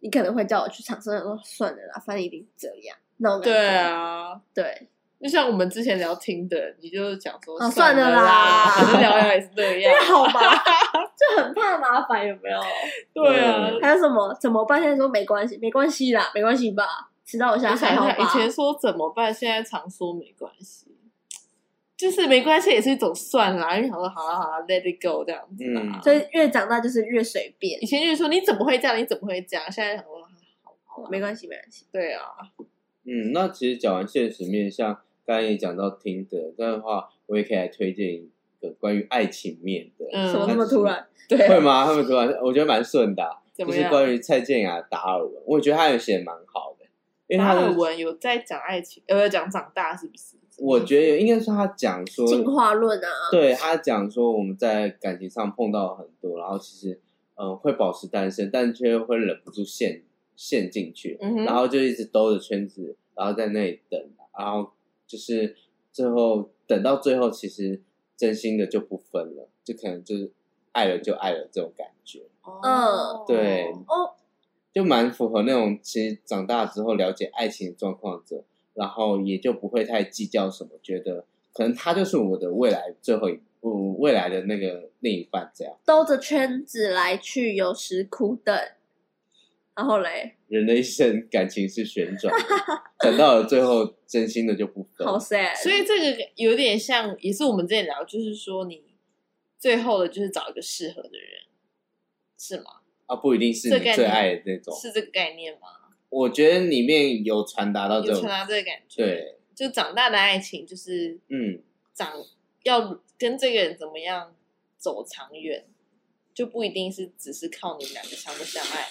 你可能会叫我去唱，所以我说算了啦，反正一定这样那种感觉。对，啊，对，就像我们之前聊听的，你就讲说哦算算了了啦可是聊聊也是这因样 为。好麻 烦，就很怕麻烦，有没有？对啊，嗯还有什么怎么办？现在说没关系，没关系啦，没关系吧，迟到一下我想还一好啊下，以吧。前说怎么办，现在常说没关系，就是没关系也是一种算啦，因为想说好啦好啦，let it go 这样子啦嗯。所以越长大就是越随便以，前就是说你怎么会这样，你怎么会这样，现在想说啊没关系，没关系。对啊，嗯，那其实讲完现实面，像刚才也讲到听的，这样的话我也可以来推荐一个关于爱情面的，嗯，什么那么突然？对啊会吗？他们突然，我觉得蛮顺的啊、怎就么是样？关于蔡健雅达尔文，我觉得他也写得蛮好的，因为达他尔的，文有在讲爱情，呃，讲长大是不是？我觉得应该说他讲说进化论啊，对他讲说，我们在感情上碰到很多，然后其实嗯、呃会保持单身，但却会忍不住陷陷进去，嗯哼然后就一直兜着圈子，然后在那里等，啊然后就是最后等到最后，其实真心的就不分了，就可能就是爱了就爱了这种感觉，哦对哦，就蛮符合那种其实长大之后了解爱情的状况者，然后也就不会太计较什么，觉得可能他就是我的未来最后一。我未来的那个另一半这样。兜着圈子来去，有时苦等，然后嘞，人的一生感情是旋转的，等到了最后，真心的就不分。好 sad。所以这个有点像，也是我们之前聊，就是说你最后的就是找一个适合的人，是吗？啊，不一定是你最爱的那种。是这个概念吗？我觉得里面有传达到这有种传，达这个感觉？，啊对，就长大的爱情就是嗯，长要跟这个人怎么样走长远，就不一定是只是靠你们两个相不相爱，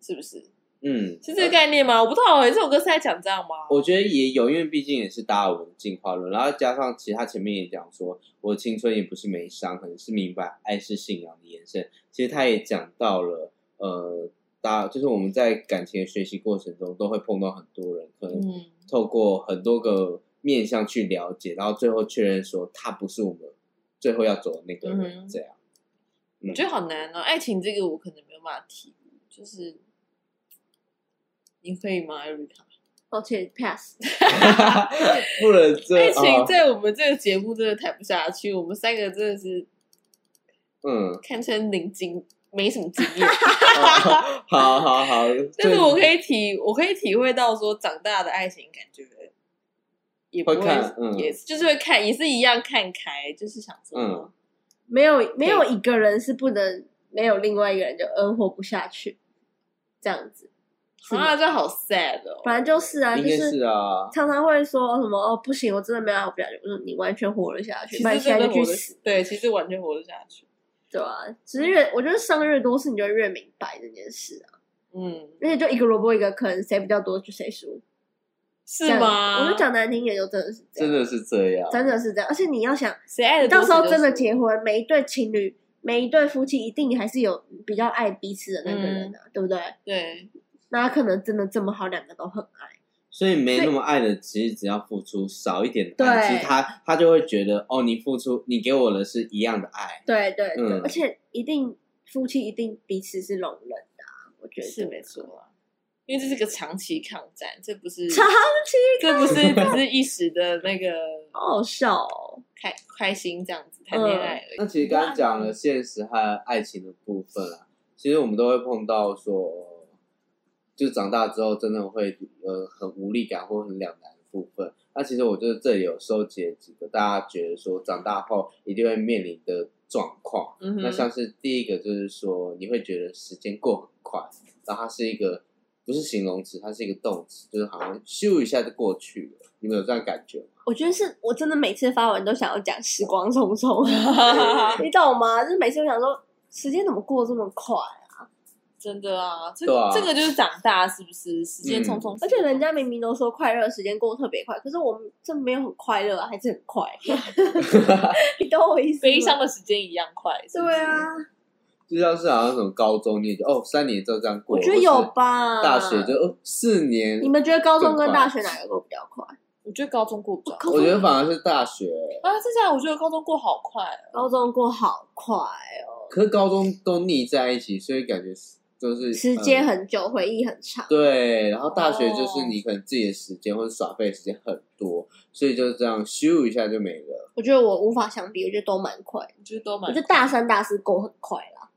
是不是？嗯，是这个概念吗？我不知道哎、这首歌是在讲这样吗？我觉得也有，因为毕竟也是达尔文进化论，然后加上其实他前面也讲说，我青春也不是没伤痕，是明白爱是信仰的延伸。其实他也讲到了，呃，达就是我们在感情的学习过程中都会碰到很多人，可能嗯，透过很多个面向去了解，然后最后确认说他不是我们最后要走的那个人，嗯哼这样。 嗯我觉得好难哦、爱情这个我可能没有办法提，就是你可以吗，Erica？抱歉，pass。不能这爱情哦在我们这个节目真的谈不下去，我们三个真的是嗯，堪称零经，没什么经 验。好好好，但是就我可以体，我可以体会到说，长大的爱情感觉也不会看嗯也是就是会看，也是一样看开，就是想说，嗯没有没有一个人是不能没有另外一个人就嗯活不下去，这样子。是吗啊，这好 sad 哦。反正就是啊，应就该是是啊，常常会说什么哦，不行，我真的没办法活不下去。我说你完全活了下去，其不然实你现真在的就活去得死，对，其实完全活得下去。对啊，只是越我觉得伤越多次，你就会越明白这件事啊。嗯，而且就一个萝卜一个坑，谁比较多就谁输，这是样吗？我就讲难听一点，就真的是这真样，的是这样，真的是这样。而且你要想，谁爱的到时候真的结婚，每一对情侣、每一对夫妻，一定还是有比较爱彼此的那个人啊，对不对？对，那他可能真的这么好，两个都很爱。所以没那么爱的，其实只要付出少一点的对爱，其实他他就会觉得哦，你付出你给我的是一样的爱，对对对，嗯而且一定夫妻一定彼此是容忍的、啊，我觉得是没错。啊。因为这是个长期抗战，这不是长期 这不是只是一时的那个好好笑哦，开开心这样子谈嗯恋爱而已。那其实刚刚讲了现实和爱情的部分啊，其实我们都会碰到说，就长大之后真的会呃很无力感或很两难的部分。那其实我就是这里有收集了几个大家觉得说长大后一定会面临的状况。嗯哼那像是第一个就是说，你会觉得时间过很快，然后它是一个不是形容词，它是一个动词，就是好像咻一下就过去了。你们有这样感觉吗？我觉得是我真的每次发文都想要讲时光匆 匆，你懂吗？就是每次我想说，时间怎么过这么快？真的啊，这对啊嗯这个就是长大是不是？时间匆匆，而且人家明明都说快乐时间过得特别快，可是我们这没有很快乐啊，还是很快。你懂我意思吗？悲伤的时间一样快。是不是对，啊，就像是好像什么高中，你也觉得哦三年就这样过，我觉得或是有吧。大学就呃四年你，们觉得高中跟大学哪个过比较快？我觉得高中过不了。我觉得反而是大学，啊，这下我觉得高中过好快高哦。中过好快哦，可是高中都腻在一起，所以感觉就是时间、呃很久，回忆很长。对，然后大学哦就是你可能自己的时间或者耍废的时间很多，所以就是这样咻一下就没了。我觉得我无法相比，我觉得都蛮快的。我觉得都我蛮觉得大三、大四过很快啦，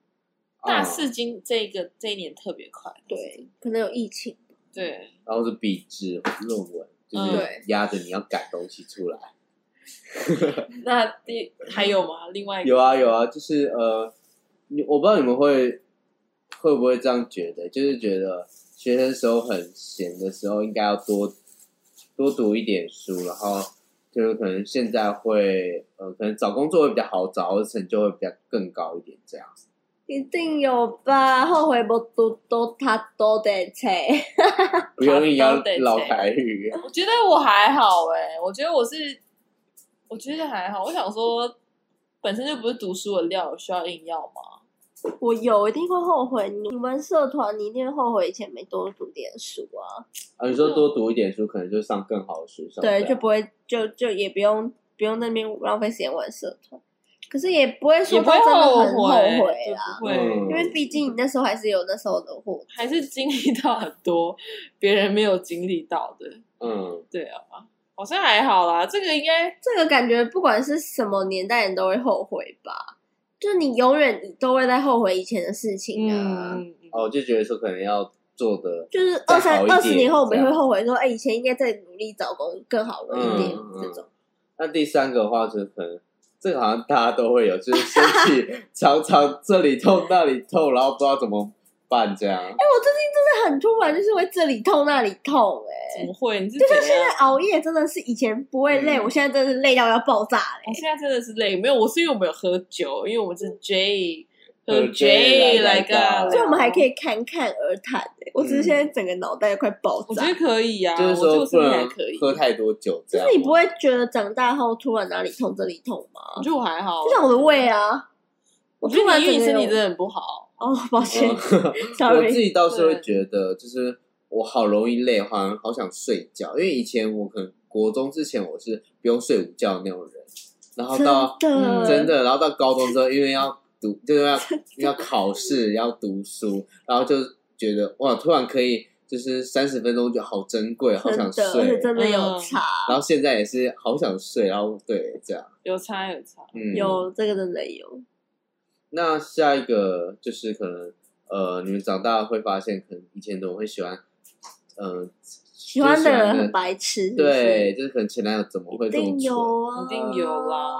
大啊四今这一个这一年特别快。对，可能有疫情。对，然后是笔记论文，就嗯是对压着你要赶东西出来。那第还有吗？另外一个有啊有啊，就是呃，你我不知道你们会会不会这样觉得，就是觉得学生时候很闲的时候，应该要多多读一点书，然后就是可能现在会呃，可能找工作会比较好找，或者成就会比较更高一点这样子。一定有吧，后悔不读都他都得切。不用硬要都得老这样台语，我觉得我还好哎、我觉得我是，我觉得还好。我想说，本身就不是读书的料，需要硬要吗？我有一定会后悔，你你们社团你一定会后悔以前没多读点书啊，啊，你说多读一点书，可能就上更好的学校这样，对，就啊不会就就也不用不用那边浪费时间玩社团，可是也不会也说不到会真的后很悔，后悔啊对啦，不会，嗯因为毕竟你那时候还是有那时候的后悔，还是经历到很多别人没有经历到的。嗯，对啊，好像还好啦。这个应该这个感觉不管是什么年代人都会后悔吧，就你永远都会在后悔以前的事情啊。嗯，哦，我就觉得说可能要做的，就是再二好三一点二十年后，我们这样会后悔说，哎、以前应该再努力找工更好的一点、嗯嗯这种。那第三个的话，就是可能这个好像大家都会有，就是生气，常常这里痛那里痛，然后不知道怎么办这样。哎、我最近真的很突然，就是会这里痛那里痛、怎哎，么会？你是哦就怎像现在样？熬夜真的是以前不会累，嗯我现在真的是累到要爆炸嘞、我现在真的是累，没有，我是因为我们有喝酒，因为我们是 J 喝 J J 来来干尬聊，所以嗯我们还可以侃侃而谈、哎，我只是现在整个脑袋快爆嗯我炸觉。得可以呀、啊，就是我说这不个身体还能可以，喝太多酒，这就样是你不会觉得长大后突然哪里痛这里痛吗？我觉得我还好，就像我的胃，啊，我我突觉得然你因为整你身个体有真的很不好，哦，抱 歉、嗯 s o r 我自 r y 己倒是会觉得，就是我好容易累，好像好想睡觉，因为以前我可能国中之前我是不用睡午觉的那种人，然后到真的、嗯真的，然后到高中之后，因为要读，就是要要考试，要读书，然后就觉得哇，突然可以就是三十分钟就好珍贵，好真想的，而且睡。真的有嗯差，然后现在也是好想睡，然后对这样，有差有差，嗯，。有这个真的有。那下一个就是可能呃，你们长大会发现，可能以前怎么会喜欢，呃，喜喜欢的人很白痴，是不是对，就是可能前男友怎么会一这么定蠢？有啊，一定有啦。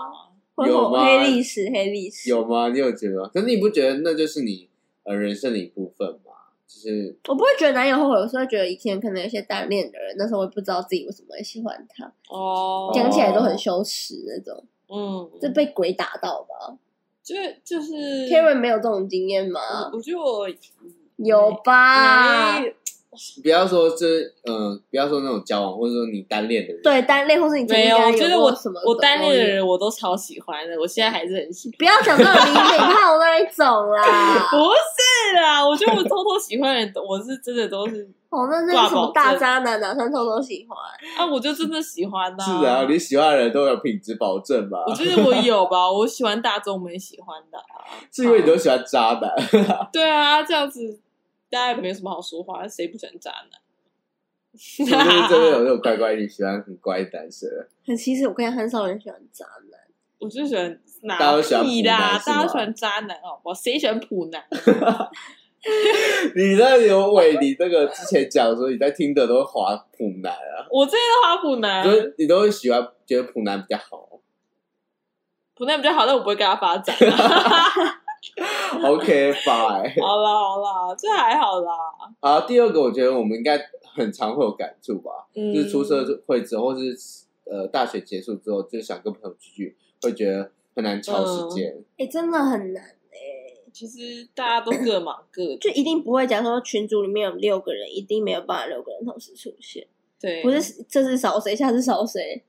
会有有吗黑历史，黑历史。有吗？你有觉得吗？可是你不觉得那就是你呃人生的一部分吗？就是我不会觉得男友后悔，有时候觉得以前可能有些单恋的人，那时候我也不知道自己为什么会喜欢他，哦讲起来都很羞耻那种，嗯，这被鬼打到吧就是就是？Karen 没有这种经验吗？我我觉得我有吧？嗯没不要说这呃，不要说那种交往，或者说你单恋的人，对，单恋或是你曾没经有，我单恋觉得过我什么？我单恋的，人我都超喜欢的，我现在还是很喜欢。不要讲到李敏镐那一种 啦。不是啦，我觉得我偷偷喜欢的人，我是真的都是哦，那那挂是什么保大证渣男，哪啊算偷偷喜欢？啊，我就真的喜欢呐、是啊，你喜欢的人都有品质保证吧？我觉得我有吧，我喜欢大众没喜欢的、啊。是因为你都喜欢渣 男，对啊，这样子大家也没什么好说话，谁不喜欢渣男？ 是不是真的有那种乖乖女喜欢很乖的男生？很其实我跟你讲，很少人喜欢渣男。我就喜欢哪大家都喜欢屁普男啦，是吗大家都喜欢渣男好不好？谁喜欢普男？ 你那刘伟，你那个之前讲说你在听的都滑普男啊，我最近都滑普男，所以你都会喜欢觉得普男比较 好。普男比较好，但我不会跟他发展。啊 OK fine。好啦好啦，这还好啦。好，第二个我觉得我们应该很常会有感触吧，嗯就是出社会之后，或是呃大学结束之后，就想跟朋友聚聚，会觉得很难超时嗯间。哎、真的很难哎、其实大家都各忙各的，就一定不会讲说群组里面有六个人，一定没有办法六个人同时出现，对，不是这是少谁，下次少谁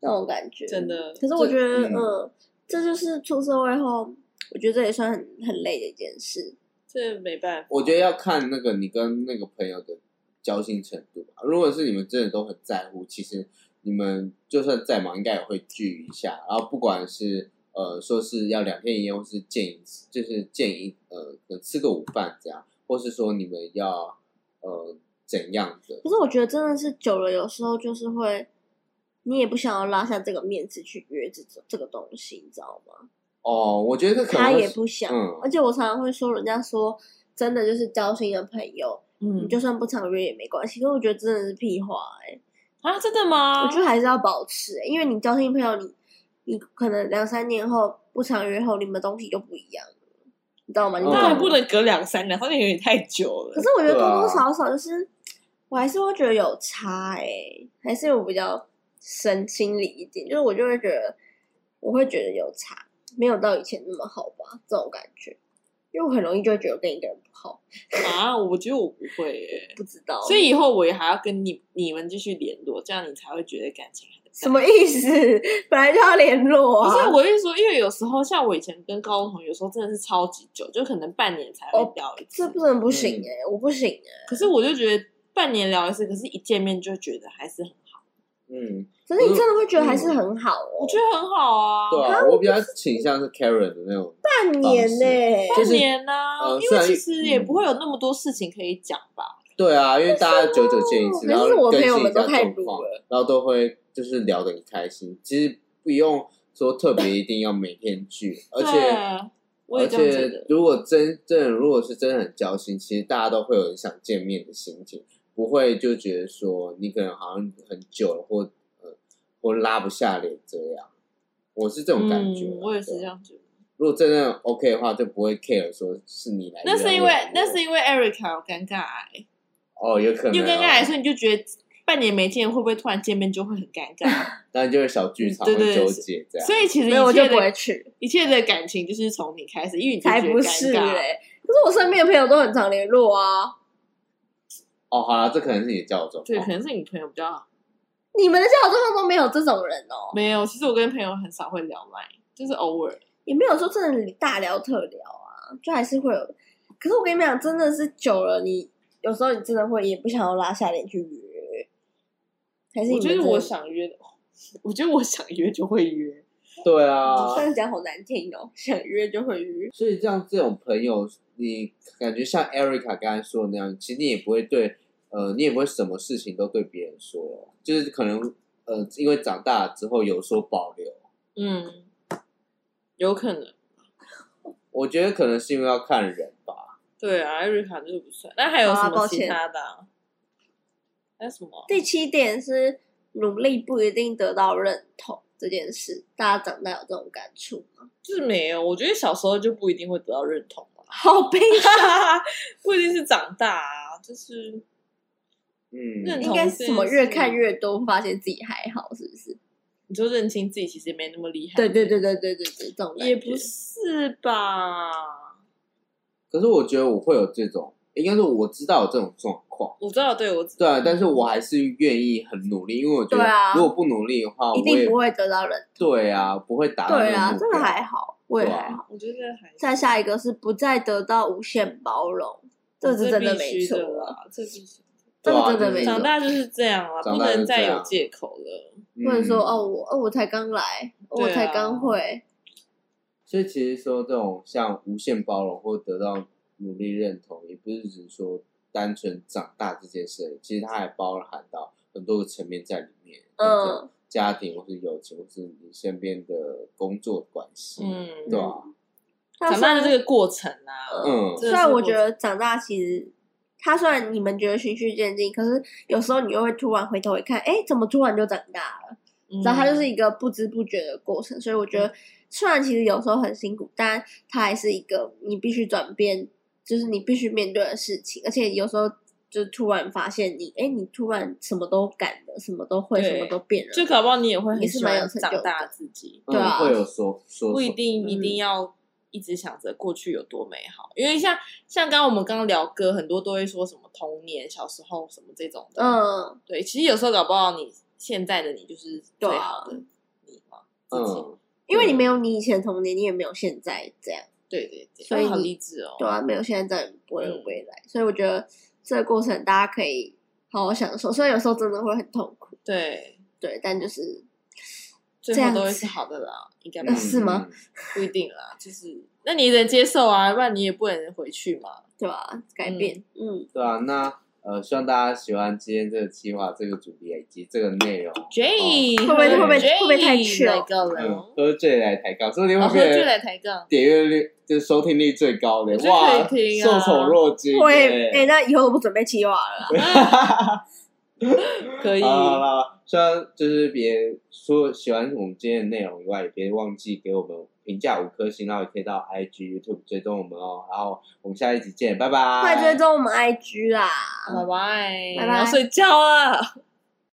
那种感觉。真的。可是我觉得，嗯嗯、这就是出社会后，我觉得这也算很很累的一件事。这没办法，我觉得要看那个你跟那个朋友的交心程度吧。如果是你们真的都很在乎，其实你们就算再忙，应该也会聚一下。然后不管是呃说是要两天一夜，或是见一次，就是见一呃可能吃个午饭这样，或是说你们要呃怎样的可是我觉得真的是久了，有时候就是会，你也不想要拉下这个面子去约这种这个东西，你知道吗？哦，我觉得这可能他会也是不想，嗯而且我常常会说，人家说真的就是交心的朋友，你嗯，就算不常约也没关系。可是我觉得真的是屁话哎、啊，真的吗？我觉得还是要保持、欸，因为你交新朋友你，你可能两三年后不常约后，你们东西就不一样了，你知道吗？你嗯懂那吗还哦不。能隔两三年，好像有点太久了可。是我觉得对多啊多少少就是，我还是会觉得有差哎、还是我比较深心理一点，就是我就会觉得，我会觉得有差，没有到以前那么好吧，这种感觉。因为我很容易就会觉得跟一个人不好，啊，我觉得我不会耶，不知道，所以以后我也还要跟你你们继续联络，这样你才会觉得感情还在什么意思？ 本来就要联络不啊。是，我是说，因为有时候像我以前跟高中同学，有时候真的是超级久，就可能半年才会哦聊一次。这不能不嗯行哎、我不行哎、可是我就觉得半年聊一次，可是一见面就觉得还是很好，嗯，可是你真的会觉得嗯还是很好哦、我觉得很好啊。对啊，我比较倾向是 Karen 的那种，半年呢、就是半年呢、呃因虽为然其实也嗯不会有那么多事情可以讲吧。对啊，因为大家久久见一次，为然什么后哦可是我朋友更新一们下都太状鲁况了，然后都会就是聊得很开心。其实不用说特别一定要每天聚，而且对我而也这样觉且得。如果真正如果是真的很交心，其实大家都会有很想见面的心情，不会就觉得说你可能好像很久了或呃或拉不下脸这样。我是这种感觉啊、嗯，我也是对这。样觉得。如果真的 OK 的话，就不会 care 说是你来约那还我是来约。因为那是因为 Erica 有尴尬癌，哦，有可能、哦。你有尴尬癌，所以你就觉得半年没见，会不会突然见面就会很尴尬？那就是小剧场对会对纠对结这样。所以其实所以我一就切不会的去，一切的感情就是从你开始，因为你就觉才得不尴是尬。哎、可是我身边的朋友都很常联络啊，哦，好了，这可能是你的教宗。对，哦可能是你朋友比较好。你们的交友状况都没有这种人哦、没有，其实我跟朋友很少会聊 Line，就是偶尔。也没有说真的大聊特聊啊，就还是会有。可是我跟你们讲，真的是久了，你有时候你真的会也不想要拉下脸去约，还是你们我觉得真的我想约的， 我觉得我想约就会约。对啊，这样讲好难听哦、想约就会约。所以这样这种朋友，你感觉像 Erica 刚才说的那样，其实你也不会对，呃，你也不会什么事情都对别人说，哦就是可能呃，因为长大之后有所保留。嗯，有可能。我觉得可能是因为要看人吧。对啊，Erica 就是不算。那还有好什啊抱么其歉他的啊？还有什么？第七点是努力不一定得到认同，这件事，大家长大有这种感触吗？ 就是没有，我觉得小时候就不一定会得到认同 嘛，好悲伤，不一定是长大啊，就是认嗯，同应该是什么这件越事看越多，发现自己还好，是不是？你就认清自己其实也没那么厉害。对对对对对对对，这种感也觉不是吧？可是我觉得我会有这种，应该说我知道有这种状况，我知道，对我知对啊，但是我还是愿意很努力，因为我觉对啊得如果不努力的话，一我也定不会得到认对啊，不会达同。到对那啊，个目这个标还好，我也对啊还好。我觉得还再下一个是不再得到无限包容，哦这是真的没错啊，啦，这必须。这个对啊真的就是没错长。大就是这样啦，长不大就是能再这有样借口了。嗯不能说哦，我哦我才刚来，哦我对啊才刚会，所以其实说这种像无限包容或得到努力认同，也不是只说单纯长大这件事而已，其实它还包含到很多个层面在里面，像这样嗯，家庭或是友情，或是你身边的工作关系，嗯，对吧？那长虽大的然这个过程啊，嗯，这虽然我觉得长大其实。他虽然你们觉得循序渐进，可是有时候你又会突然回头一看，哎，怎么突然就长大了？然然后它就是一个不知不觉的过程，所以我觉嗯得虽然其实有时候很辛苦，但它还是一个你必须转变，就是你必须面对的事情。而且有时候就突然发现你，哎，你突然什么都敢了，什么都会，对什么都变了，就搞不好你也会也很是喜蛮有欢成就长大感自己，对啊嗯、会有所说不一定一嗯定要一直想着过去有多美好，因为像像刚刚我们刚刚聊歌，很多都会说什么童年、小时候什么这种的，，嗯，对，其实有时候搞不好你现在的你就是啊最好的你嘛，自己，嗯，因为你没有你以前的童年，你也没有现在这样，对对对，所以哇好你励志哦，对啊，没有现在这样，不会有嗯未来。所以我觉得这个过程大家可以好好享受，虽然有时候真的会很痛苦，对，对，但就是最这样后都会子是好的啦，应该呃吧嗯是吗？嗯不一定啦，就是那你得接受啊，不然你也不能回去嘛，对吧、改变，嗯对啊，那呃，希望大家喜欢今天这个计划、这个主题以及这个内容。 J 会不会会不会会不会太 chill？那哦个人，嗯，哦喝醉来抬杠，说不定喝会醉变成来抬杠。点阅率就是收听率最高的我，觉得哇，可以听受啊宠若惊。我也耶哎、那以后我不准备企划了啦。可以，好啦好啦，虽然就是别说喜欢我们今天的内容以外，也别忘记给我们评价五颗星，然后也可以到 IG、YouTube 追踪我们哦。然后我们下一集见，拜拜。快追踪我们 IG 啦！拜拜，拜拜我要睡觉了。啊